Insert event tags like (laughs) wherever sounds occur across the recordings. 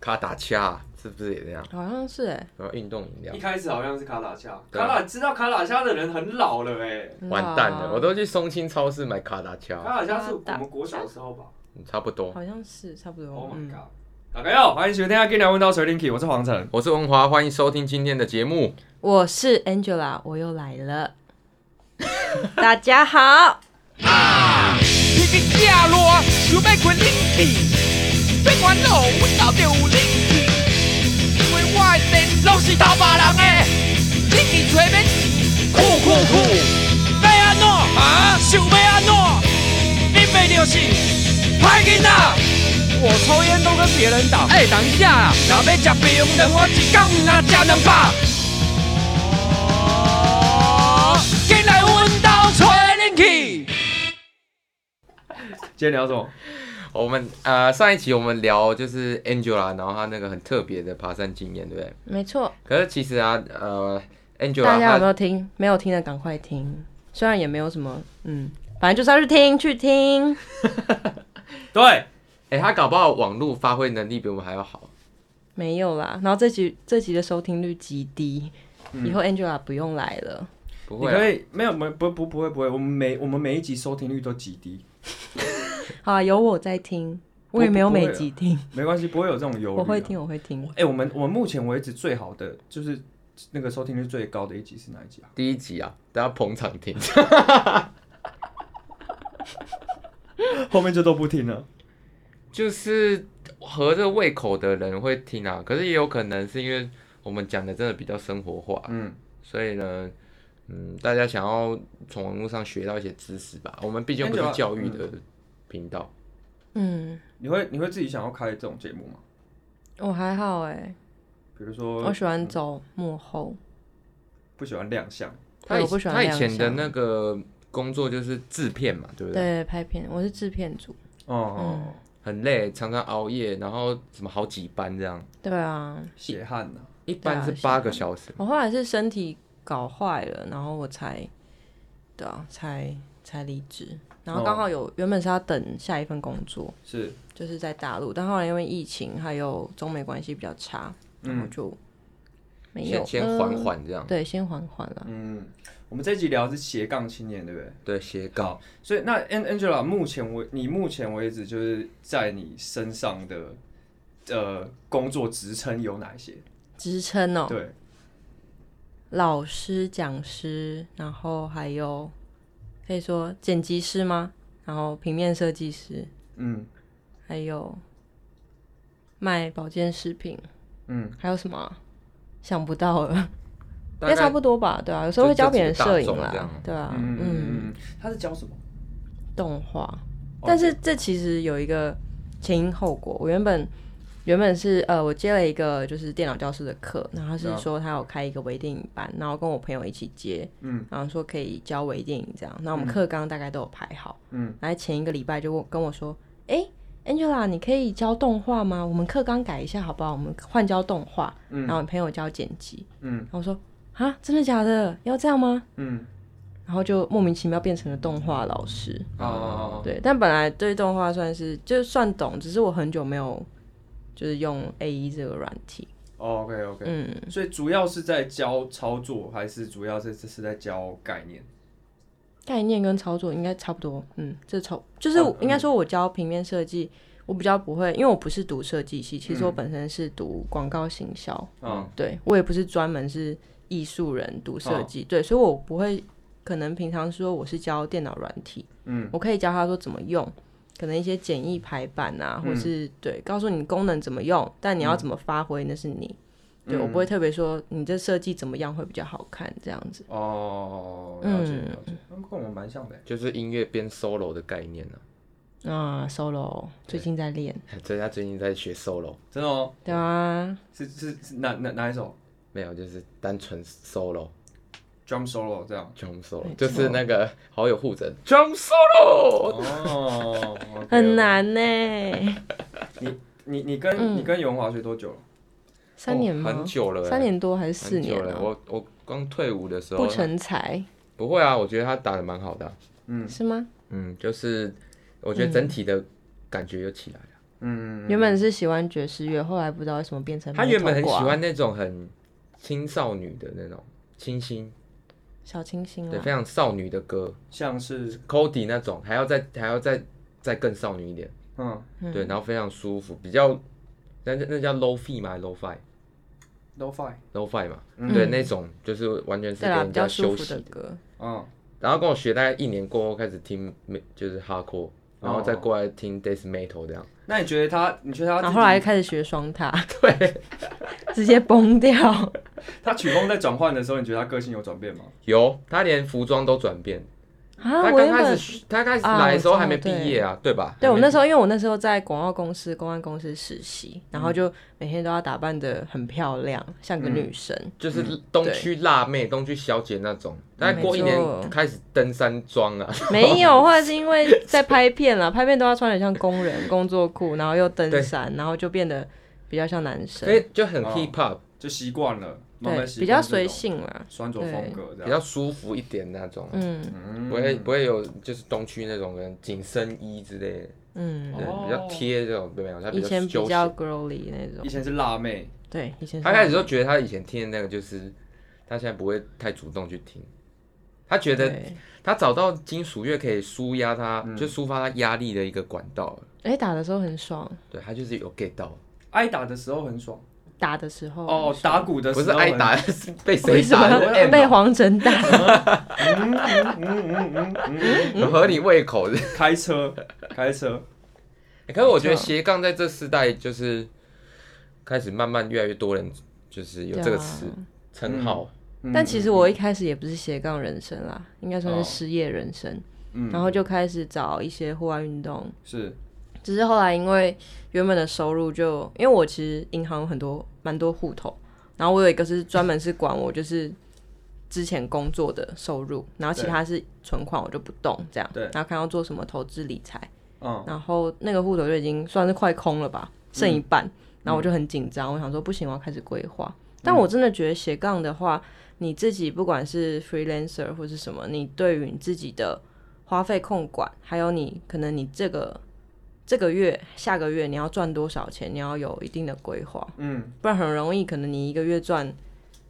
卡打掐是不是也这样？好像是哎、然后运动饮料一，开始好像是卡塔恰，对卡啊塔知道卡塔恰的人很老了哎，很完老啊蛋了，我都去松青超市买卡打掐，卡塔恰是我们国小的时候吧嗯差不多。好像是差不多。 ？Oh my 嗯 god！大家好，欢迎收听《跟聊问到水灵 k 我是黄晨。我是文华，欢迎收听今天的节目。我是 Angela，我又来了。 (laughs) 大家好，一个赤热，想要困冷气，别烦恼，阮家就有冷气。因为我的电拢是偷别人的，冷气吹免钱，酷酷酷！要安怎啊？想要安怎？你袂就是歹囡仔。我抽烟都跟别人打。哎、等一下啦，若要吃冰糖，我一天若吃两百。哦，进来阮家吹冷气。今天聊什么？我们呃上一期我们聊就是 Angela，然后她那个很特别的爬山经验，对不对？没错，可是其实啊，呃大，Angela 家有没她有听？没有听的赶快听，虽然也没有什么，嗯，反正就是要去听，去听。对，哎、她搞不好网络发挥能力比我们还要好。没有啦，然后这集这集的收听率极低，嗯以后 Angela 不用来了。不你会、可啊，以没有没不不不会不会，我们每我们每一集收听率都极低，好啊，有我在听，不我也没有不会每集听，没关系，不会有这种忧虑。我会。听，我会听。哎、我们我们目前为止最好的就是那个收听率最高的一集是哪一集啊？ (laughs) 第一集啊，大家捧场听。 (laughs) 后面就都不听了。就是合着胃口的人会听啊，可是也有可能是因为我们讲的真的比较生活化，嗯，所以呢，嗯，大家想要从网络上学到一些知识吧。我们毕竟不是教育的频道，嗯，你会你会自己想要开这种节目吗？我还好哎、比如说，我喜欢走幕后。不喜欢亮相，他对以我不喜欢他以亮前的相那个工作就是制片嘛，对不啊对？对，拍片，我是制片组。嗯嗯哦，很累，常常熬夜，然后什么好几班这样，对啊，血汗呐、啊，一班是对啊八个小时，我后来是身体搞坏了，然后我才，对啊，才才离职。然后刚好有、原本是要等下一份工作，是，就是在大陆，但后来因为疫情还有中美关系比较差，然后嗯就没有先先了缓，啊缓这样。对，先缓缓了。嗯，我们这一集聊的是斜杠青年，对不对？对，斜杠。所以那 An- Angela，目前为你目前为止就是在你身上的呃工作职称有哪些？职称哦，对，老师、讲师，然后还有可以说剪辑师吗？然后平面设计师，嗯还有卖保健食品，嗯，还有什么啊、想不到了，应大该概差不多吧？对啊，有时候会教别人摄影就就几个大众这啦样，对啊，嗯嗯，嗯，他是教什么？哦动画。哦但是这其实有一个前因后果。我原本原本是呃，我接了一个就是电脑教室的课，然后他啊是嗯说他有开一个微电影班，然后跟我朋友一起接，嗯，然后说可以教微电影这样。那我们嗯课纲大概都有排好，嗯，然后前一个礼拜就问跟我说，诶 a n g e l a 你可以教动画吗？我们课纲改一下好不好？我们换教动画，嗯然后你朋友教剪辑，嗯然后我说啊，真的假的？要这样吗？嗯然后就莫名其妙变成了动画老师，哦，对，但本来对动画算是就算懂，只是我很久没有就是用 A E 这个软体。 ，OK OK，嗯，哦所以主要是在教操作，还是主要是这是在教概念？概念跟操作应该差不多。嗯，这操就是嗯应该说我教平面设计，我比较不会，因为我不是读设计系，其实我本身是读广告行销，嗯，对我也不是专门是艺术人读设哦计，对，所以我不会。可能平常说我是教电脑软体，嗯，我可以教他说怎么用，可能一些简易排版啊，或嗯是对，告诉你功能怎么用，但嗯你要怎么发挥那是你，对我不嗯会特别说你这设计怎么样会比较好看这样子，哦，了解嗯了解，他们跟我们蛮像的。就是音乐编 solo 的概念呢、啊，solo 最近在练，啊， (laughs) 所以他最近在学 solo，真的哦，对啊，是是是哪哪哪一首没有，就是单纯 solo drum solo 这样？ drum 没 solo，错就是那个好友互整 drum solo。哦， (laughs) 很。难呢、你你嗯跟你跟游泳滑雪多久了？三年哦吗？很久了欸，三年多还是很四久年了。啊？我我刚退伍的时候，不成才不会啊，我觉得他打的蛮好的啊、嗯是吗？嗯，就是我觉得整体的感觉又起来了。嗯，原本是喜欢爵士乐，后来不知道为什么变成他原本很木头喜瓜欢那种很青少女的那种清新，小清新啊对，了非。常少女的歌嗯像是，Cody 那种，还要再还要再再更少女一点，嗯嗯对，然后非常舒服，比较那那叫 low fi 嘛，low fi，low ，low fi， fi 嘛，嗯对，那种就是完全是对给啦，比人较家舒休服息的的。歌。嗯，然后跟我学大概一年过后开始听，就是 hardcore，然后哦再过来听 death metal 这样。那你觉得他？你觉得他然自后己？啊后来开始学双塔，对， (laughs) 直接崩掉。啊他曲风在转换的时候，你觉得他个性有转变吗？有，他连服装都转变。啊，他我刚原开本始他开始啊来我的时候知道还没毕业啊，对吧？对我那时候候，因为我那时候在广告公司、公关公司实习，然后就每天都要打扮的很漂亮，像个女神。就是东区辣妹、东区小姐那种，大概过一嗯没错年开始登山装啊，没有，后来是因为在拍片啦，拍片都要穿的像工人工作裤，然后又登山，然后就变得比较像男所生，以就很哦 hip hop，就习惯了，慢对慢，习惯比较这种随性啦。穿着风格这比样。较舒服一点那种，嗯嗯不会不会有就是东区那种人紧身衣之类的，嗯，对，哦比较贴这种对没有？他以比前较比休较闲。 girly 那种以，前是辣妹，对，以前是他开始都觉得他以前听的那个就是，他现在不会太主动去听，他觉得对他找到金属乐可以舒压他，嗯就抒发他压力的一个管道了。哎打的时候很爽，对他就是有 get 到，挨打的时候很爽打的时候哦，打鼓的时不候是挨很打， (laughs) 是被为谁什打哦么的？被黄晨打？有合理胃口 (laughs) 的。哎开车，开车，可是我觉得没错斜杠在这世代就是开始慢慢越来越多人就是有这个词对啊称号，嗯但其实我一开始也不是斜杠人生啦，嗯应该算是失业人生，哦嗯然后就开始找一些户外运动。是嗯只是后来因为原本的收入就，因为我其实银行有很多蛮多户头，然后我有一个是专门是管我就是之前工作的收入，然后其他是存款我就不动这样，对然后看要做什么投资理财，嗯然后那个户头就已经算是快空了吧，剩一半，然后我就很紧嗯张，我想说不行，我要开始规划。但我真的觉得斜杠的话，你自己不管是 freelancer 或是什么，你对于你自己的花费控管，还有你可能你这个这个月、下个月你要赚多少钱，你要有一定的规划，嗯不然很容易可能你一个月赚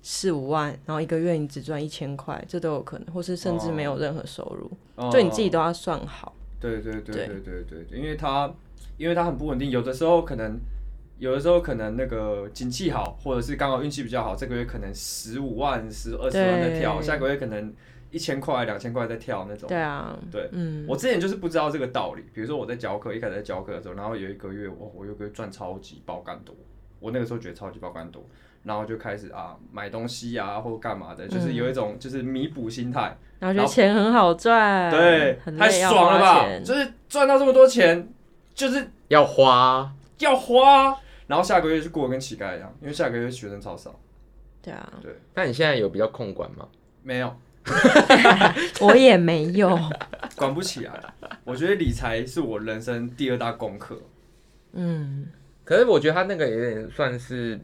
四五万，然后一个月你只赚一千块，这都有可能，或是甚至没有任何收入，哦就你自己都要算好。对对对对对对对对，因为它因为它很不稳定，有的时候可能有的时候可能那个景气好，或者是刚好运气比较好，这个月可能十五万、十二十万在跳，对下个月可能一千块、两千块在跳那种。对啊，对嗯，我之前就是不知道这个道理，比如说我在教课，一开始在教课的时候，然后有一个月我我有一个月赚超级爆肝多，我那个时候觉得超级爆肝多，然后就开始啊买东西啊或干嘛的，就是有一种就是弥补心态，然后觉然得后钱很好赚，对很，太累要爽了花吧？钱就是赚到这么多钱，就是要花要花啊，然后下个月就过得跟乞丐一样，因为下个月学生超少，对啊，那你现在有比较控管吗？没有我也没有，管不起来。我觉得理财是我人生第二大功课，嗯，可是我觉得他那个有点算是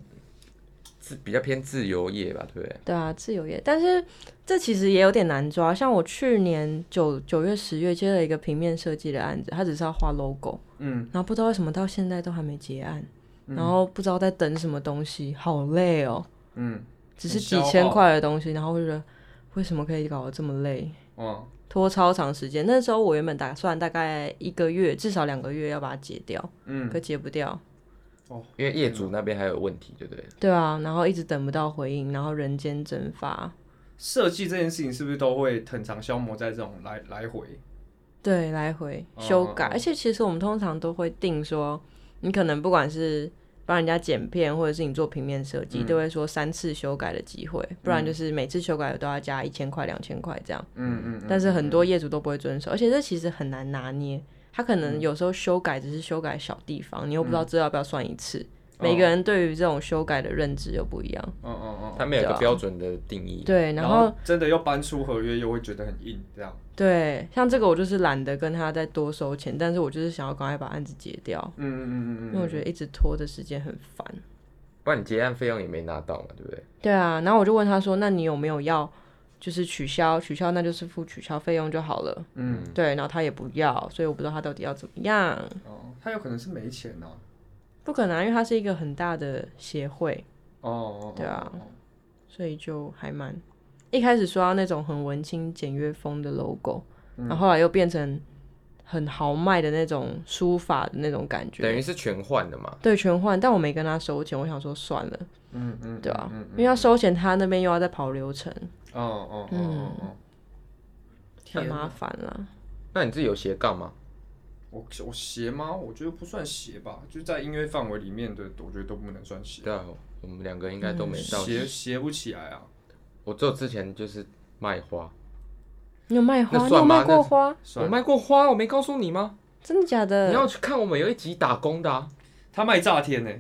自比较偏自由业吧，对不对？对啊，自由业，但是这其实也有点难抓。像我去年九九月、十月接了一个平面设计的案子，他只是要画 logo，嗯，然后不知道为什么到现在都还没结案，然后不知道在等什么东西，好累哦，嗯只是很消几耗千块的东西，然后我就觉得为什么可以搞得这么累？哦拖超长时间，那时候我原本打算大概一个月，至少两个月要把它结掉，嗯可结不掉，因为业主那边还有问题，对不对？对啊，然后一直等不到回应，然后人间蒸发。设计这件事情是不是都会很常消磨在这种来来回？对，来回哦修改，哦哦而且其实我们通常都会定说，你可能不管是帮人家剪片，或者是你做平面设计，嗯都会说三次修改的机会，不然就是每次修改都要加一千块、两千块这样。嗯嗯，嗯但是很多业主都不会遵守，而且这其实很难拿捏。他可能有时候修改只是修改小地方，你又不知嗯道这要不要算一次。哦每个人对于这种修改的认知又不一样。嗯嗯他嗯，们有一个对啊标准的定义，对，然然后真的要搬出合约又会觉得很硬，这样。对，像这个我就是懒得跟他再多收钱，但是我就是想要赶快把案子结掉，嗯嗯嗯嗯嗯，因为我觉得一直拖的时间很烦。不然你结案费用也没拿到嘛，对不对？对啊，然后我就问他说：“那你有没有要就是取消，取消那就是付取消费用就好了。嗯，对，然后他也不要，所以我不知道他到底要怎么样。哦，他有可能是没钱呐、不可能啊、因为它是一个很大的协会，哦哦，哦对啊，哦所以就还蛮一开始说到那种很文青简约风的 logo，、然嗯嗯后后来又变成很豪迈的那种书法的那种感等于觉。是全换的嘛。对全换，但我没跟他收钱，我想说算了，嗯嗯，对啊，嗯因为要收钱，他那边又要再跑流程，哦哦哦哦哦，嗯很天哪麻烦啦。那你自己有斜杠吗？我我斜吗？我觉得不算斜吧，就在音乐范围里面的，我觉得都不能算斜，对啊，我们两个应该都没到。嗯斜斜不起来啊。我只有之前就是卖花，你有卖花？那你有算吗卖过花？我算了，卖过花，我没告诉你吗？真的假你的？要去看我们有一集打工的、啊，他卖炸天呢、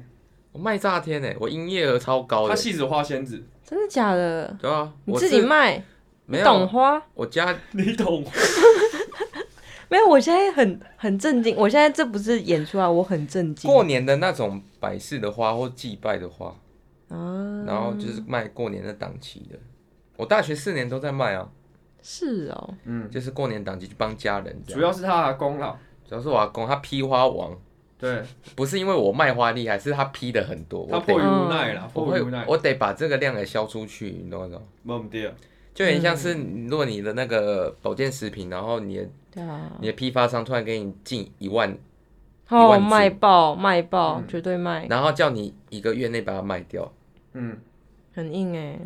我卖炸天呢、我营业额超高他的。戏子花仙子， (laughs) 真的假的？对啊，你我自己是卖？没你懂有？花？我家你懂？没有，我现在很很震惊。我现在这不是演出啊，我很震惊。过年的那种摆饰的花或祭拜的花，啊，然后就是卖过年的档期的。我大学四年都在卖啊，是哦，嗯，就是过年档期去帮家人这主样。要是他阿公啦，主要是我阿公他批花王，对不是因为我卖花厉害，是他批的很多，他我得嗯迫于无奈啦，我迫于无会奈，我得把这个量给消出去，你懂不懂？没对，就很像是如果你的那个保健食品，然后你的对啊，你的批发商突然给你进一万，一哦，万只卖爆卖爆，嗯绝对卖，然后叫你一个月内把它卖掉，嗯，很硬哎。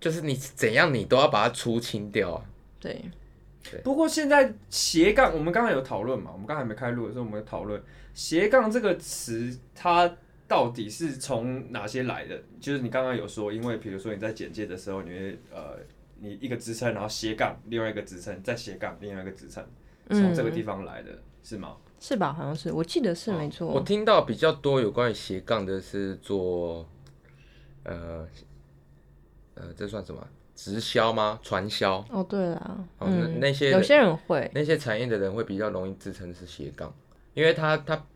就是你怎样你都要把它出清掉啊。对，不过现在斜杠，我们刚才有讨论嘛，我们刚才还没开录的时候，我们有讨论斜杠这个词，它到底是从哪些来的？就是你刚刚有说，因为比如说你在简介的时候，你会呃，你一个职称，然后斜杠另外一个职称，再斜杠另外一个职称，嗯从这个地方来的、是吗？是吧？好像是，我记得是没哦我错。听到比较多有关于斜杠的是做，呃，呃，这算什么？直销吗？传销？哦，对啦，哦那嗯，那些有人些人会，那些产业的人会比较容易自称是斜杠，因为他他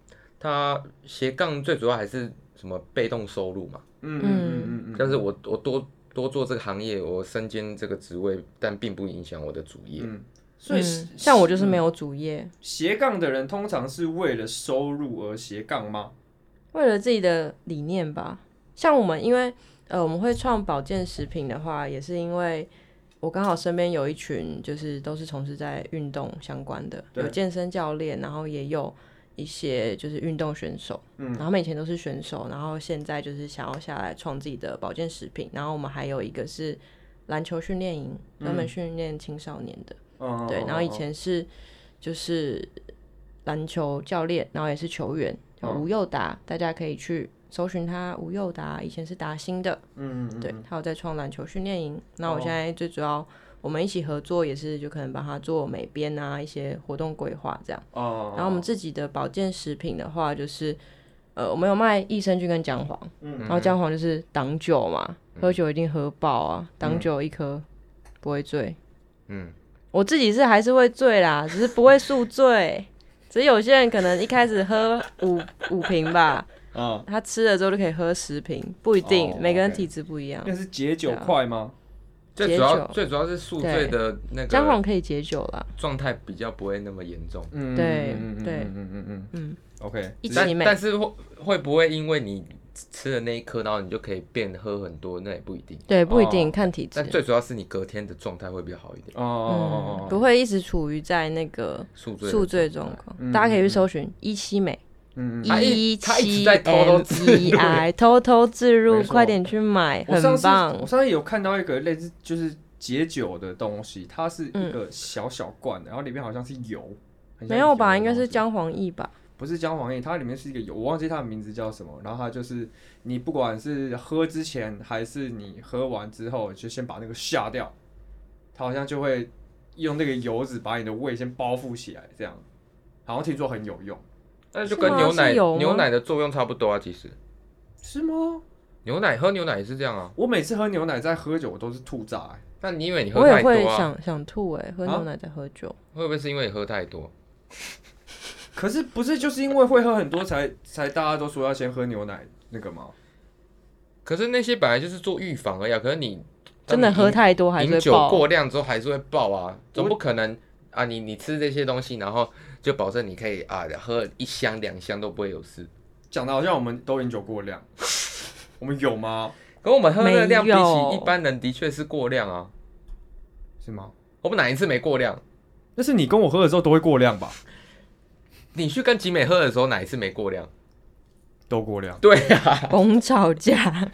他斜杠最主要还是什么被动收入嘛，嗯嗯嗯嗯但是我我多多做这个行业，我身兼这个职位，但并不影响我的主业。嗯，所以、嗯，像我就是嗯没有主业，斜杠的人，通常是为了收入而斜杠吗？为了自己的理念吧。像我们，因为呃，我们会创保健食品的话，也是因为我刚好身边有一群就是都是从事在运动相关的，对有健身教练，然后也有一些就是运动选手，嗯然后他们以前都是选手，然后现在就是想要下来创自己的保健食品，然后我们还有一个是篮球训练营，专门训练青少年的。嗯，对，然后以嗯前是就是篮球教练，然后也是球员，叫嗯吴佑达，大家可以去搜寻他。吴佑达以前是达兴的，嗯嗯嗯对他有在创篮球训练营。那我哦现在最主要我们一起合作也是就可能帮他做美编啊一些活动规划这样。哦，然后我们自己的保健食品的话，就是呃我们有卖益生菌跟姜黄，嗯然后姜黄就是挡酒嘛，喝酒一定喝爆啊，嗯挡酒一颗不会醉。嗯，我自己是还是会醉啦， (laughs) 只是不会宿醉。只是有些人可能一开始喝五五瓶吧，嗯，他吃了之后就可以喝十瓶，不一定，哦每个人 OK 体质不一样那。是解酒快吗？最主要解酒最主要是宿醉的那姜黄个可以解酒啦，状态比较不会那么严重，嗯，对嗯对嗯嗯嗯嗯嗯，OK，一起但美但是会会不会因为你吃了那一颗，然后你就可以变喝很多？那也不一定。对不一定哦看体质但，最主要是你隔天的状态会比较好一点，哦哦嗯，哦，不会一直处于在那个宿醉的宿醉状状态况。嗯大家可以去搜寻一期美嗯嗯，他一一他一期直在偷偷自入 E I 偷偷自入，没错快点去买，我上很次我棒。上次有看到一个类似就是解酒的东西，它是一个小小罐的，然后里面好像是油，很像没有吧？油的应该是东西，姜黄液吧？不是姜黄液，它里面是一个油，我忘记它的名字叫什么。然后它就是你不管是喝之前还是你喝完之后，就先把那个下掉，它好像就会用那个油脂把你的胃先包覆起来，这样好像听说很有用，那就是跟吗牛是奶有吗牛奶的作用差不多啊，其实是吗？牛奶喝牛奶也是这样啊。我每次喝牛奶在喝酒，我都是吐炸、欸。那你因为你喝我也太会多啊，想想吐哎，喝啊牛奶再喝酒。会不会是因为你喝太多？啊可是不是就是因为会喝很多才才大家都说要先喝牛奶那个吗？可是那些本来就是做预防而已啊、可是你真的喝饮太多还是饮会酒 (laughs) 爆啊过量之后还是会爆啊，总不可能啊，你你吃这些东西，然后就保证你可以啊喝一箱两箱都不会有事。讲的好像我们都饮酒过量， (laughs) 我们有吗？可我们喝的量比没有起一般人的确是过量啊，是吗？我们哪一次没过量？那是你跟我喝的时候都会过量吧？你去跟集美喝的时候哪一次没过量？都过量，对啊，红吵架，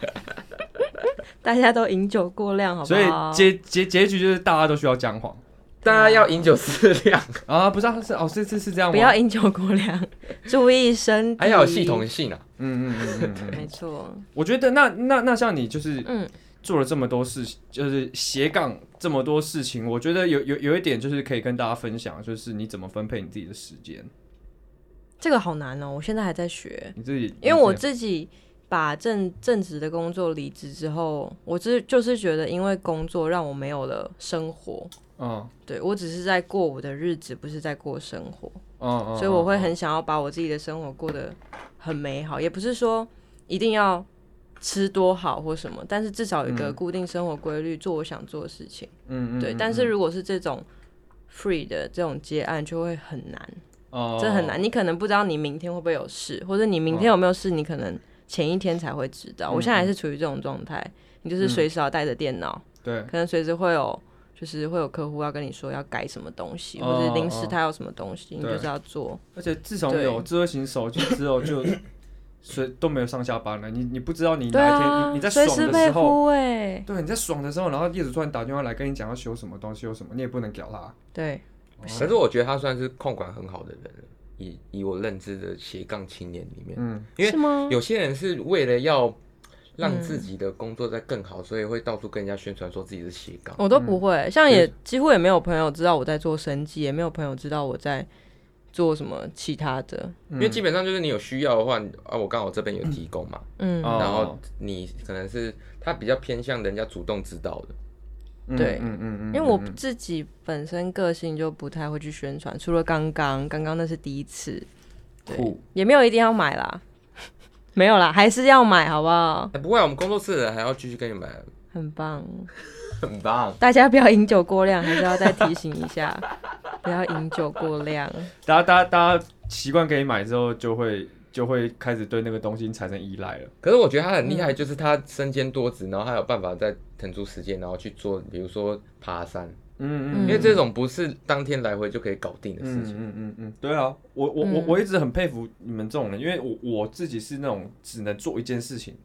(laughs) 大家都饮酒过量，好不所以好？结结结局就是大家都需要姜黄大家要饮酒适 (laughs) 量，啊！不是、啊、是哦，是是是这样吗？不要饮酒过量，注意身 (laughs) 体。还要有系统，性啊。嗯嗯嗯嗯 (laughs) 嗯，没错，我觉得那那那像你就是嗯，做了这么多事情，就是斜杠这么多事情，我觉得有有有一点就是可以跟大家分享，就是你怎么分配你自己的时间，这个好难哦，我现在还在学，你自己因为嗯我自己把正正职的工作离职之后，我只就是觉得因为工作让我没有了生活，嗯对我只是在过我的日子，不是在过生活。嗯嗯，所以我会嗯很想要把我自己的生活过得很美好，也不是说一定要吃多好或什么，但是至少有一个嗯固定生活规律，做我想做的事情。嗯嗯对，嗯但是嗯如果是这种 free 的这种接案，就会很难，哦这很难。你可能不知道你明天会不会有事，或者你明天有没有事，你可能前一天才会知道。我现在嗯还是处于这种状态，你就是随时要带着电脑，对可能随时会有。就是会有客户要跟你说要改什么东西，哦或者临时哦他有什么东西，你对就是要做。而且自从对有智慧型手机之后，就 (coughs) 所以都没有上下班了。你你不知道你对哪一天、啊，你你在随爽时的被时候，呼哎，对，你在爽的时候，然后业主突然打电话来跟你讲要修什么东西，修什么，你也不能屌他。对，可是我觉得他算是控管很好的人了，以以我认知的斜杠青年里面，嗯，因为是吗？有些人是为了要让自己的工作再更好，所以会到处跟人家宣传说自己是斜杠。我都不嗯会，像也对几乎也没有朋友知道我在做生计，也没有朋友知道我在做什么其他的。嗯因为基本上就是你有需要的话，啊，我刚好这边有提供嘛，嗯，哦然后你可能是他比较偏向人家主动知道的，嗯对嗯嗯嗯，因为我嗯自己本身个性就不太会去宣传，除了刚刚，刚刚那是第一次，对酷，也没有一定要买啦， (laughs) 没有啦，还是要买，好不好？哎，不会啊，我们工作室的人还要继续跟你们，很棒，很棒。大家不要饮酒过量，还是要再提醒一下，不要饮酒过量。大家大家大家习惯可以买之后，就会就会开始对那个东西产生依赖了。可是我觉得他很厉害，就是他身兼多职，然后他有办法再腾出时间，然后去做，比如说爬山，嗯嗯因为这种不是当天来回就可以搞定的事嗯情。嗯嗯嗯，对啊，我我我嗯我一直很佩服你们这种人，因为我我自己是那种只能做一件事情，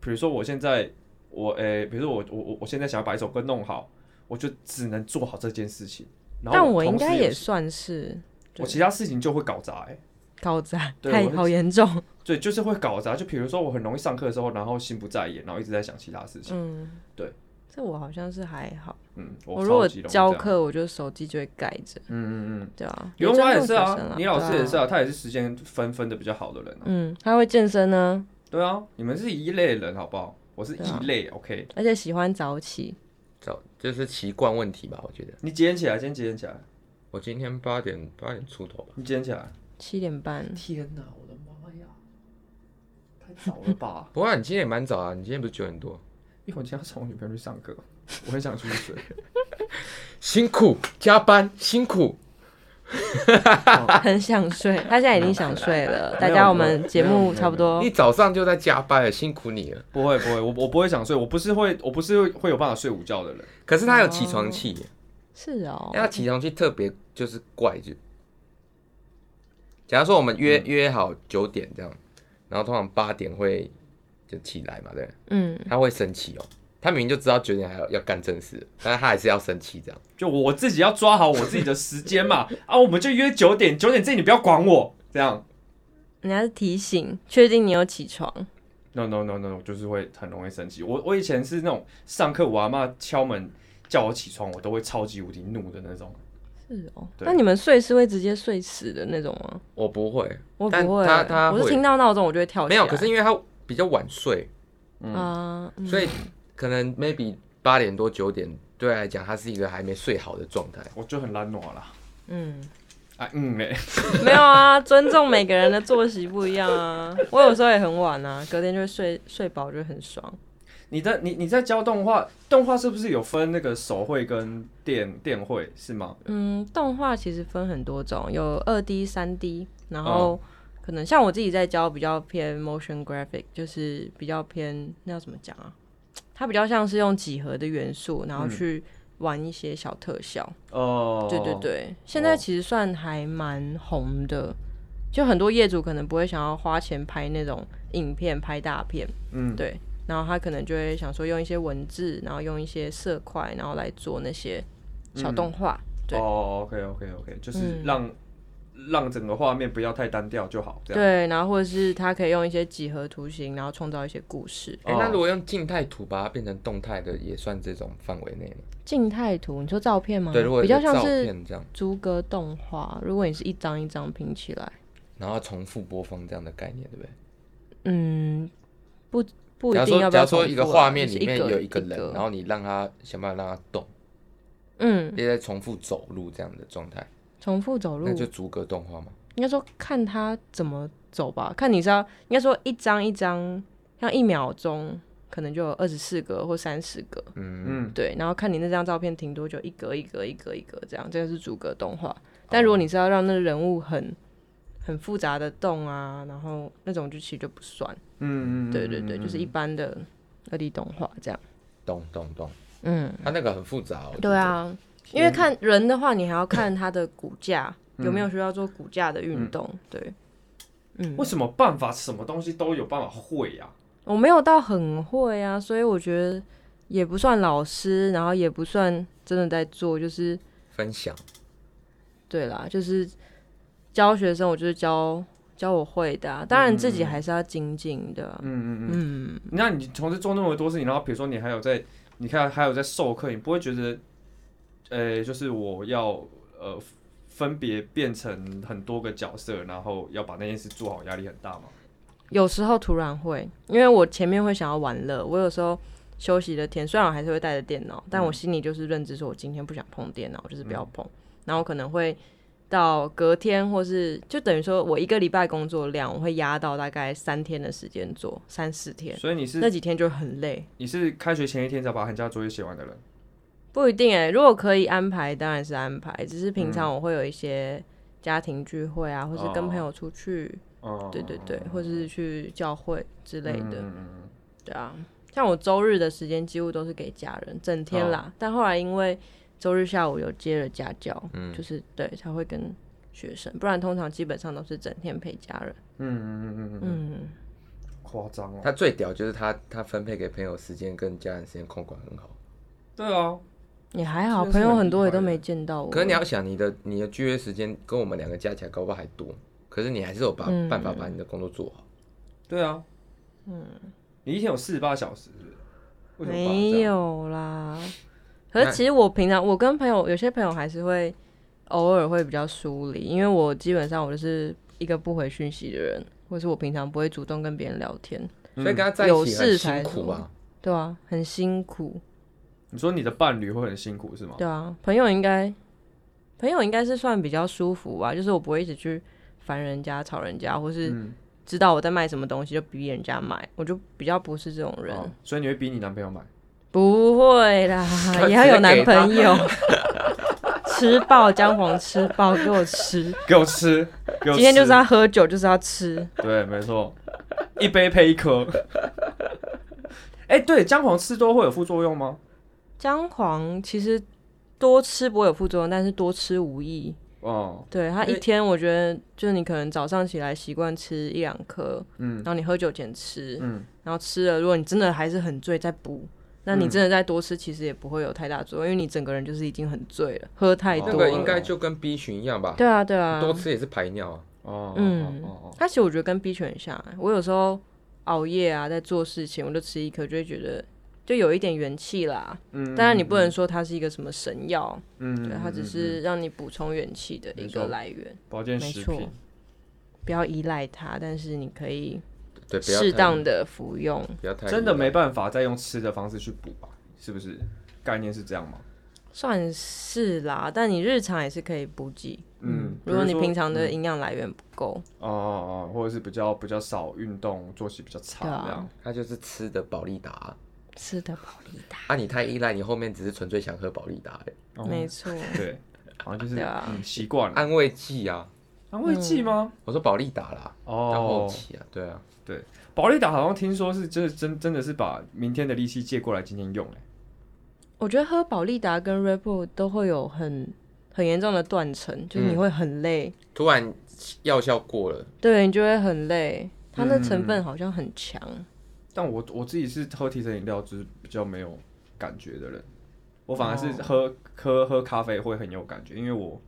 比如说我现在我诶、比如说我我我我现在想要把一首歌弄好，我就只能做好这件事情。然后但我同应该时也算是我其他事情就会搞砸、欸，高赞，对太我是好严重。 (laughs) 对，就是会搞砸。就比如说我很容易上课的时候，然后心不在焉，然后一直在想其他事情。嗯，对，这我好像是还好。嗯，我如超果级容易教这样，课，我就手机就会盖着，嗯嗯嗯，对啊。刘真文华的也是有学生啊，李老师也是对啊。啊，他也是时间分分的比较好的人啊。嗯，他会健身呢，对啊，你们是一类人好不好？我是对啊异类，OK。而且喜欢早起。早就是习惯问题吧，我觉得。你几点起来？今天几点起来？我今天八点八点出头吧，？你几点起来？七点半，天哪，我的妈呀！太早了吧不过你今天也蛮早啊，你今天不是九点多？ (laughs) 因为我今天要送我女朋友去上课，我很想出去睡。 (laughs) 辛苦加班辛苦， (laughs) 很想睡。 (laughs) 他现在已经想睡了。大没有家，我没有们节没有没目有差不多你。早上就在加班了，辛苦你了。不会不会，我我不会想睡，我不是会我不是会会有办法睡午觉的人。可是他有起床气耶，是哦因为，他起床气特别就是怪就。假如说我们嗯约、约好九点这样，然后通常八点会就起来嘛，对，嗯，他会生气哦。他明明就知道九点还要要干正事，但是他还是要生气这样。就我自己要抓好我自己的时间嘛。 (laughs) 啊，我们就约九点，九点之前你不要管我，这样。人家是提醒，确定你有起床。 No no no no，我就是会很容易生气。我我以前是那种上课我阿妈敲门叫我起床，我都会超级无敌怒的那种。是哦，对那你们睡是会直接睡死的那种吗？我不会，我但不会，他他我是会听到闹钟我就会跳起来。没有。可是因为他比较晚睡，啊，嗯所以可能 maybe 八点多九点对他来讲，他是一个还没睡好的状态。我就很懒惰啦。嗯。啊嗯嘞、 (laughs) 没有啊，尊重每个人的作息不一样啊。我有时候也很晚啊，隔天就会睡睡饱，就很爽。你在你你在教动画，动画是不是有分那个手绘跟电电绘是吗？嗯，动画其实分很多种，有二 D、三 D，然哦后可能像我自己在教比较偏 motion graphic，就是比较偏那要怎么讲啊？它比较像是用几何的元素，然后嗯去玩一些小特效。哦，对对，对，现在其实算还蛮红的，就很多业主可能不会想要花钱拍那种影片、拍大片，嗯，对，然后他可能就会想说用一些文字，然后用一些色块，然后来做那些小动画。嗯对哦，OK OK OK，就是嗯让、让整个画面不要太单调就啊好，这样。对，然后或者是他可以用一些几何图形，然后创造一些故事。哎、哦那如果用静态图把它变成动态的，也算这种范围内吗？静态图，你说照片吗？对，如果嗯比较有像照是片这样，逐格动画，如果你是一张一张拼起来，然后重复播放这样的概念，对不对？嗯，不不假一如定说，要不假要如说重一个复啊画面就是里面有一一个人，然后你让他想办法让他动，嗯，也在重复走路这样的状态，重复走路那，就逐格动画嘛。应该说看他怎么走吧，看你是要应该说一张一张，像一秒钟可能就有二十四个或三十个，嗯，嗯，对，然后看你那张照片停多久，一格一格一格一格这样，这个是逐格动画。但如果你是要让那个人物很很复杂的动啊，然后那种就其实就不算，嗯嗯，嗯对对对，嗯就是一般的二 D 动画这样，动动动，嗯，它那个很复杂、哦。对，啊，因为看人的话，你还要看他的骨架、有没有需要做骨架的运动，对，嗯为，什么办法什么东西都有办法会啊呀、我没有到很会啊，所以我觉得也不算老师，然后也不算真的在做，就是分享对啦，就是教学生，我就是教教我会的、啊，当然自己还是要精进的啊、嗯嗯嗯，嗯，那你同时做那么多事情，然后比如说你还有在，你看还有在授课，你不会觉得，呃，就是我要呃分别变成很多个角色，然后要把那件事做好，压力很大吗？有时候突然会，因为我前面会想要玩乐，我有时候休息的天，虽然我还是会带着电脑，但我心里就是认知说，我今天不想碰电脑，我就是不要嗯碰。然后可能会到隔天，或是就等于说我一个礼拜工作量，我会压到大概三天的时间做，三四天，所以你那是几天就很累。你是开学前一天才把寒假作业写完的人，不一定哎、如果可以安排，当然是安排。只是平嗯常我会有一些家庭聚会啊，或是跟朋友出去，哦、对对对，或是去教会之类的。嗯嗯嗯对啊，像我周日的时间几乎都是给家人，整天哦啦。但后来因为周日下午有接了家教，嗯就是对才会跟学生，不然通常基本上都是整天陪家人。嗯嗯嗯嗯嗯，嗯，夸张哦。它最屌就是它它分配给朋友时间跟家人时间控管很好。对啊，也还好，真的朋是友很很多厉也都害没耶见到我。可是你要想，你的你的聚约时间跟我们两个加起来搞不好还多，可是你还是有把、嗯办法把你的工作做好。对啊，嗯，你一天有四十八小时是不是为什么把没这样？有啦。可是其实我平常我跟朋友有些朋友还是会偶尔会比较疏离，因为我基本上我就是一个不回讯息的人，或是我平常不会主动跟别人聊天，所以跟他在有一起事很才辛苦啊。，对啊，很辛苦，你说你的伴侣会很辛苦是吗？对啊，朋友应该朋友应该是算比较舒服吧，就是我不会一直去烦人家、吵人家，或是嗯，知道我在卖什么东西就逼人家买，我就比较不是这种人，哦所以你会逼你男朋友买？不会 (laughs) 啦也要有男朋友。 (laughs) 吃爆姜黄，吃爆给我吃。 (laughs) 给我吃，给我吃。今天就是要喝酒，就是要吃。对，没错，一杯配一颗。哎、对，姜黄吃多会有副作用吗？姜黄其实多吃不会有副作用，但是多吃无益。哦，对它对一天，我觉得就是你可能早上起来习惯吃一两颗，嗯然后你喝酒前吃，嗯，然后吃了，如果你真的还是很醉再补，那你嗯真的再多吃，其实也不会有太大作用，因为你整个人就是已经很醉了，喝哦太多那了。个应该就跟 B 群一样吧，对啊，对啊，多吃也是排尿啊。哦，嗯，嗯哦哦，它其实我觉得跟 B 群很像、欸，我有时候熬夜啊，在做事情，我就吃一颗，就会觉得就有一点元气啦。嗯，当然你不能说它是一个什么神药，嗯，对，它只是让你补充元气的一没错个来源，保健食没品错。不要依赖它，但是你可以对，不要适太当，的服用。不要太真的依赖没办法再用吃的方式去补吧？是不是？概念是这样吗？算是啦，但你日常也是可以补给。嗯如果你比如说平常的营养来源不够，哦哦哦，或者是比较比较少运动，作息比较差对啊这样。它就是吃的保利达，啊吃的宝利达，啊，你太依赖，你后面只是纯粹想喝保利达而已，哦没错，对，好像就是对啊嗯习惯了。安慰剂啊。安慰剂吗？我说保利达啦，到后哦，期啊，对啊，保利达好像听说是真的真真的是把明天的利息借过来今天用，哎，我觉得喝宝利达跟 Red Bull 都会有很很严重的断层，就是你嗯会很累，突然药效过了，对你就会很累。它的成嗯分好像很强，但我我自己是喝提神饮料就是比较没有感觉的人，我反而是哦喝、喝喝咖啡会很有感觉，因为我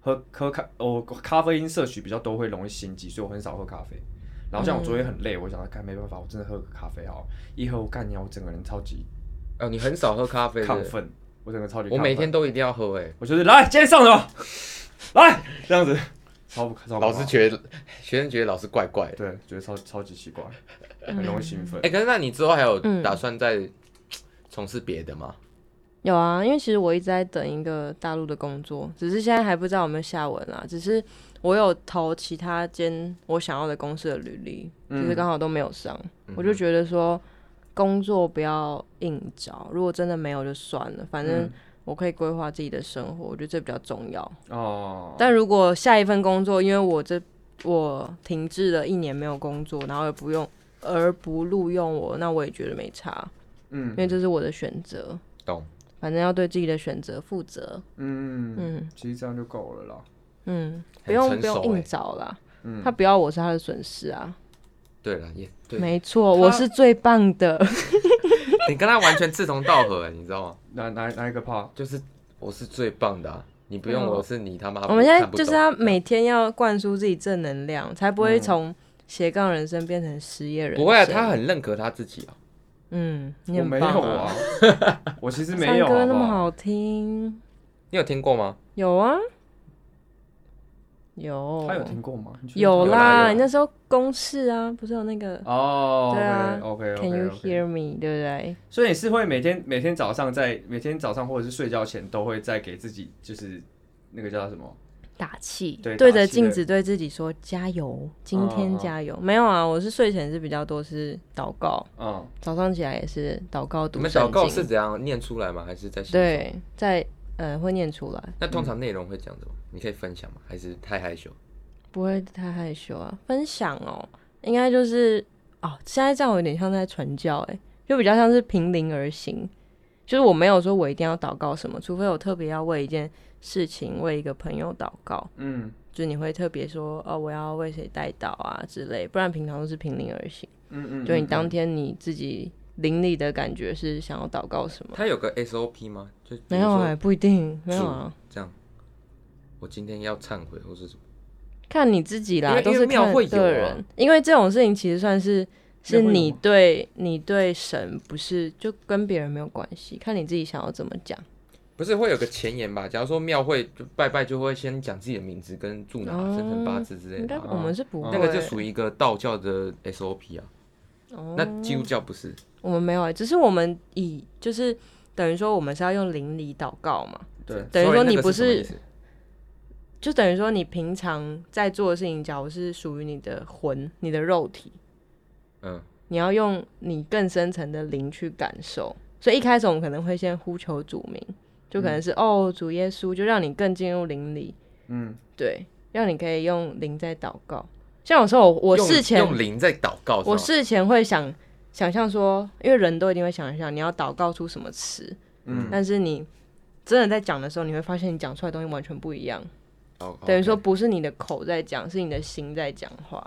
喝喝咖我咖啡因摄取比较多，会容易心悸，所以我很少喝咖啡。然后像我昨天嗯很累，我想看没办法，我真的喝个咖啡好了，一喝我干掉，我整个人超级呃，你很少喝咖啡，亢对不对奋，我整个超级亢我奋每天都一定要喝，哎，我就是来今天上什么，来这样子，超超老师觉得学生觉得老师怪怪的，对觉得超超级奇怪，嗯很容易兴奋。哎，可是那你之后还有嗯打算再从事别的吗？有啊，因为其实我一直在等一个大陆的工作，只是现在还不知道有没有下文啦。只是我有投其他间我想要的公司的履历，嗯就是刚好都没有上。嗯我就觉得说，工作不要硬找，如果真的没有就算了，反正嗯我可以规划自己的生活，我觉得这比较重要。哦，但如果下一份工作，因为我这我停滞了一年没有工作，然后也不用而不录用我，那我也觉得没差，嗯因为这是我的选择。懂，反正要对自己的选择负责。嗯，嗯其实这样就够了啦。嗯，不很用成不用熟欸硬找啦。嗯他不要我是他的损失啊，对了，也对，没错，他我是最棒的。你跟他完全志同道合，哎你知道吗？哪哪哪一个怕？就是我是最棒的啊，你不用嗯我是你他妈不。我们现在看不就懂嗯是要每天要灌输自己正能量，才不会从斜杠人生变成失业人生。不会啊，他很认可他自己啊，嗯，你我很没棒有啊， (laughs) 我其实唱没有。歌那么不好，好听，你有听过吗？有啊，有，他有听过吗？你确定有有啦有啦啦，你那时候公示啊，不是有那个哦，对啊 OK Can OK you OK。 hear me？对不对？所以你是会每天每天早上在每天早上或者是睡觉前都会再给自己就是那个叫什么？打气，对对打着气镜对子对自己说加油，今哦天哦加油。没有啊，我是睡前是比较多是祷告，嗯，早上起来也是祷告你读们圣祷告是经，怎样念出来吗？还是在心中？对，在呃会念出来，那通常内容会讲什么？你可以分享吗？还是太害羞？嗯不会太害羞啊。分享哦，应该就是哦，现在这样我有点像在传教、欸，就比较像是平临而行，就是我没有说我一定要祷告什么，除非我特别要为一件事情、为一个朋友祷告，嗯就是你会特别说哦，我要为谁带祷啊之类，不然平常都是平临而行。嗯嗯，就你当嗯天你自己邻里的感觉是想要祷告什么？他有个 SOP 吗？就比如没有说还不一定，没有啊，这样，我今天要忏悔或是什么？看你自己因啦，为都因为是庙看会有个啊人，因为这种事情其实算是是庙会有你吗对你对神不是就跟别人没有关系，看你自己想要怎么讲。不是会有个前言吧？假如说庙会就拜拜，就会先讲自己的名字跟住哪、哦生辰八字之类应的该啊。我们是不会，那个就属于一个道教的 SOP 啊，哦那基督教不是我们没有、欸，只是我们以就是等于说我们是要用邻里祷告嘛，对等于 Sorry，说那你个不是什么是意思就等于说你平常在做的事情，假如是属于你的魂、你的肉体，嗯，你要用你更深层的灵去感受。所以一开始我们可能会先呼求主名，就可能是、嗯哦主耶稣，就让你更进入灵里，嗯对，让你可以用灵在祷告。像有时候我我用事前用灵在祷告，我是吗事前会想想象说，因为人都一定会想象你要祷告出什么词，嗯但是你真的在讲的时候，你会发现你讲出来的东西完全不一样。哦等于 OK 说不是你的口在讲，是你的心在讲话，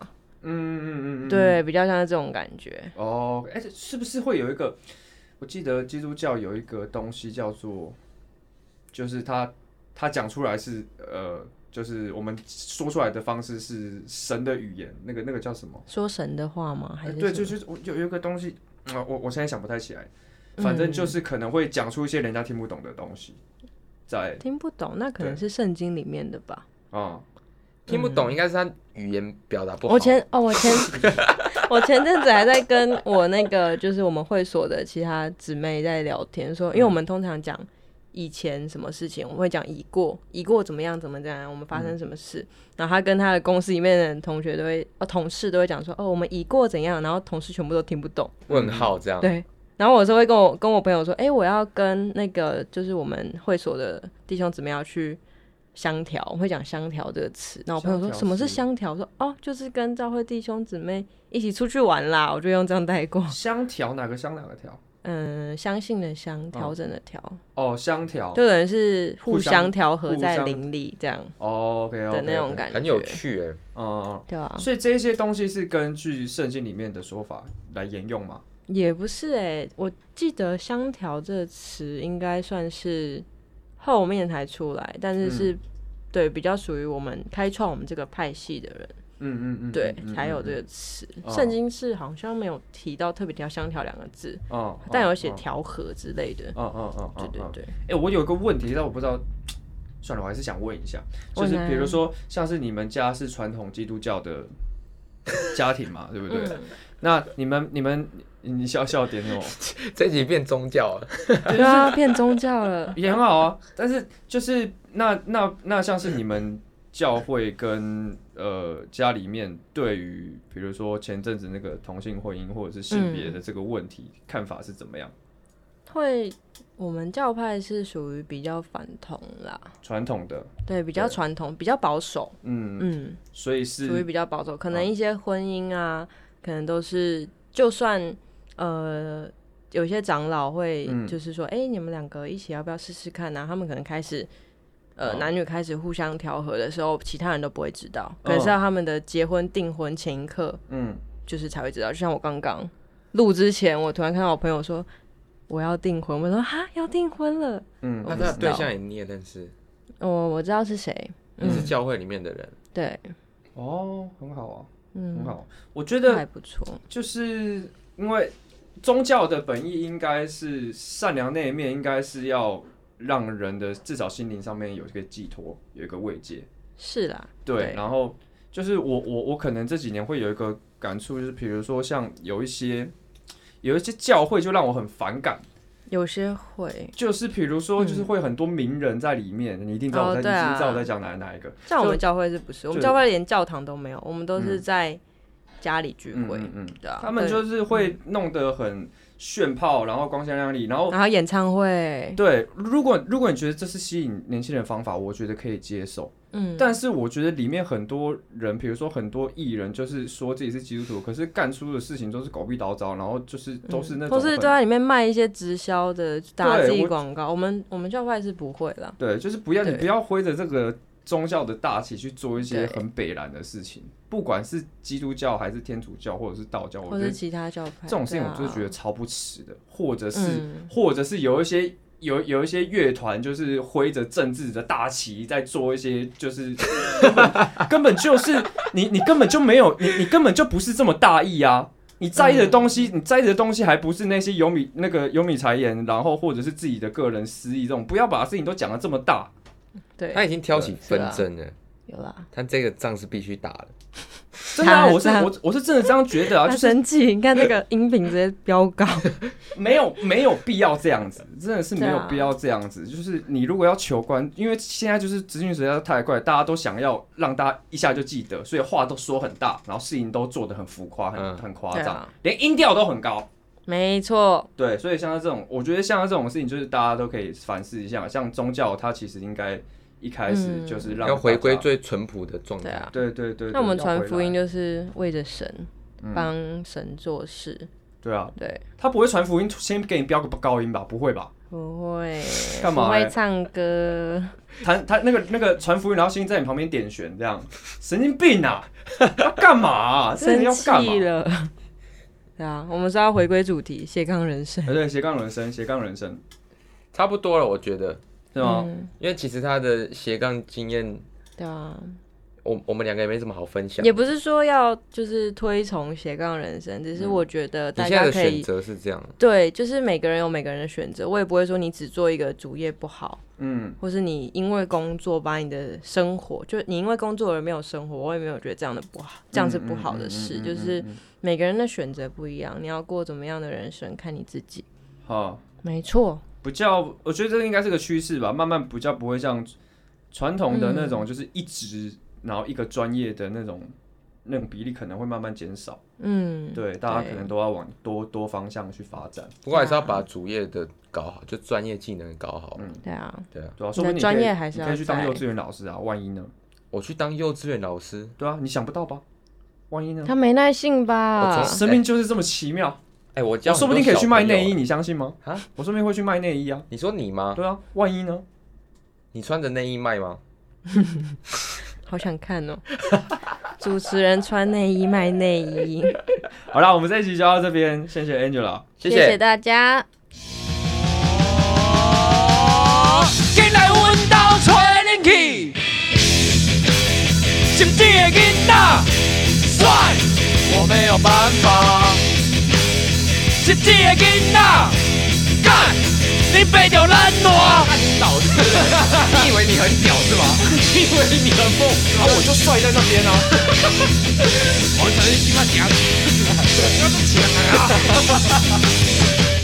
嗯嗯嗯嗯，嗯。对，比较像是这种感觉。哦，哎，这是不是会有一个？我记得基督教有一个东西叫做，就是他他讲出来是呃，就是我们说出来的方式是神的语言，那个那个叫什么？说神的话吗？还哎啊是呃什对，就么嗯就是我有有一个东西，啊，我我现在想不太起来，反正就是可能会讲出一些人家听不懂的东西，在听不懂，那可能对是圣经里面的吧。啊，听不嗯懂，应该是他语言表达不好。我前哦，(laughs) 我前我前阵子还在跟我那个就是我们会所的其他姊妹在聊天，说，因为我嗯们通常讲以前什么事情，我们会讲已过，已过怎么样怎么样，我们发生嗯什么事，然后他跟他的公司里面的人同学都会，哦，同事都会讲说，哦，我们已过怎样，然后同事全部都听不懂，问号这样，对，然后我是会跟我跟我朋友说，哎、我要跟那个就是我们会所的弟兄姊妹要去相调，我会讲相调这个词。然后我朋友相说调什么是是相调？我说哦，就是跟教会弟兄姊妹一起出去玩啦，我就用这样带过。 (laughs) 香条哪个香哪个条？嗯，相信的相，调整的调，哦，香条。就等于是互互相相调和互在相邻里这样哦，OK 的 OK 那种感觉，很有趣哎、嗯，对啊，所以这些东西是根据圣经里面的说法来沿用嘛？也不是哎、我记得“香调”这个词应该算是后面才出来，但是嗯是、对比较属于我们开创我们这个派系的人，嗯嗯嗯，对、嗯才有这。个词。哦圣、经是好像没有提到特别提到“香调”两个字，哦，嗯但有写。嗯调和之类的。嗯嗯嗯，对嗯对嗯 (laughs) 对，哎、我有一个问题，但我不知道，算了，我还是想问一下，就是问啊比如说，像是你们家是传统基督教 (laughs) 的家庭嘛，对不对？嗯那你们、你们、你你笑笑点哦，这一集变宗教了，对啊，变宗教了。也很好啊。但是就是那那那像是你们教会跟呃家里面对于比如说前阵子那个同性婚姻或者是性别的这个问题、看法是怎么样？ (laughs) 会，我们教派是属于比较反同啦，传统的，对，比较对传统，比较保守，嗯，嗯。所以属于是比较保守，可能一些婚姻啊，可能都是就算呃有些长老会嗯就是说，哎、你们两个一起要不要试试看啊？他们可能开始。呃，哦男女开始互相调和的时候，其他人都不会知道，可能嗯是要他们的结婚订婚前一刻，嗯，就是才会知道。就像我刚刚录之前，我突然看到我朋友说我要订婚，我说哈要订婚了，嗯我那不他知的对道象也你也认识，我我知道是谁，你是嗯，教会里面的人，对，哦，很好啊，很嗯，好。我觉这得还不错，就是因为宗教的本意应该是善良那一面，应该是要让人的至少心灵上面有一个寄托，有一个慰藉。是啦，对，对然后就是我我我可能这几年会有一个感触，就是比如说像有一些有一些教会就让我很反感，有些会，就是比如说就是会很多名人在里面，你一定知道我嗯在、哦对啊你一定知道我在讲哪哪一个。像我们就教会是不是？我们就教会连教堂都没有，我们都是嗯在家里聚嗯会，嗯嗯，对啊。他们对就是会弄得很炫炮，然后光鲜亮丽，然后然后演唱会，对，如果如果你觉得这是吸引年轻人的方法，我觉得可以接受。嗯，但是我觉得里面很多人，比如说很多艺人，就是说自己是基督徒，可是干出的事情都是狗屁倒灶，然后就是都是那种或很、嗯是都啊在里面卖一些直销的打自己我广告。我们我们教会是不会啦，对，就是不要你对不要挥着这个宗教的大旗去做一些对很北然的事情，不管是基督教还是天主教或者是道教，我或觉是得其他教派这种事情我就是觉得哎对啊超不耻的，或者是、嗯或者是有一些有有一些乐团就是挥着政治的大旗在做一些就是根本根本就是你你根本就没有你你根本就不是这么大意啊。你在嗯意的东西，你在意的东西还不是那些有米那个有米财言，然后或者是自己的个人私意这种，不要把事情都讲得这么大。他对，哎已经挑起是啊纷争了，有啊啦。他这个仗是必须打的。真的、啊，他我是他我我是真的这样觉得啊，他就是生气，你看那个音频直接飙 (laughs) 高，没有没有必要这样子，真的是没对有啊必要这样子。就是你如果要求关，因为现在就是资讯实在是太快，大家都想要让大家一下就记得，所以话都说很大，然后事情都做得很浮夸、很、嗯很夸对张，啊连音调都很高。没错，对，所以像这种，我觉得像这种事情，就是大家都可以反思一下。像宗教，它其实应该一开始嗯就是让、要回归。最淳朴的状态。对啊嗯对对对对，那我们要传回福音来就是为着神，嗯帮神做事，对啊，对，他不会传福音，先给你标个高音吧？不会吧？不会，干嘛不会欸唱歌，弹弹那个那个传福音，然后先在你旁边点旋，这样神经病啊！ (laughs) 要干嘛、啊？这人生要干气嘛？了。 (laughs) 对啊，我们是要回归主题，斜杠人生。哎，对，斜杠人生，斜杠人生，差不多了，我觉得，对吗？嗯？因为其实他的斜杠经验，对啊，我我们两个也没什么好分享也。不是说要就是推崇斜杠人生，只是嗯我觉得你大现在家的可选以择是这样，对，就是每个人有每个人的选择，我也不会说你只做一个主业不好，嗯，或是你因为工作把你的生活，就你因为工作而没有生活，我也没有觉得这样的不好，这样是不好的事，嗯嗯嗯嗯嗯就是嗯嗯嗯每个人的选择不一样，你要过怎么样的人生，看你自己。好，没错，不叫，我觉得这应该是个趋势吧，慢慢不叫不嗯会像传统的那种，就是一直然后一个专业的那种那种比例可能会慢慢减少。嗯，对，大家可能都要往多多方向去发展。不过还是啊要把主业的搞好，就专业技能搞好。嗯对啊，对啊，对啊，的说不定你可专以业还是你要可以去当在幼稚园老师啊，万一呢？我去当幼稚园老师，对啊，你想不到吧？万一呢？他没耐性吧我？从生命就是这么奇妙，哎，我教我说不定可以去卖内衣，你。你相信吗？啊，我说不定会去卖内衣啊。你说你吗？对啊，万一呢？你穿着内衣卖吗？好想看哦！ (laughs) 主持人穿内衣卖内衣，好啦，我们这一集就到这边，谢谢 Angela。谢谢大家。哦，紧来阮兜找恁去，心机的囡仔，帅，我没有办法。心机的囡仔，干，你背着咱烂。老子，你以为你很屌是吗？ (laughs) 你以为你很猛？啊，我就帅在那边 (laughs) 啊。我才是鸡巴强，不要这么强啊！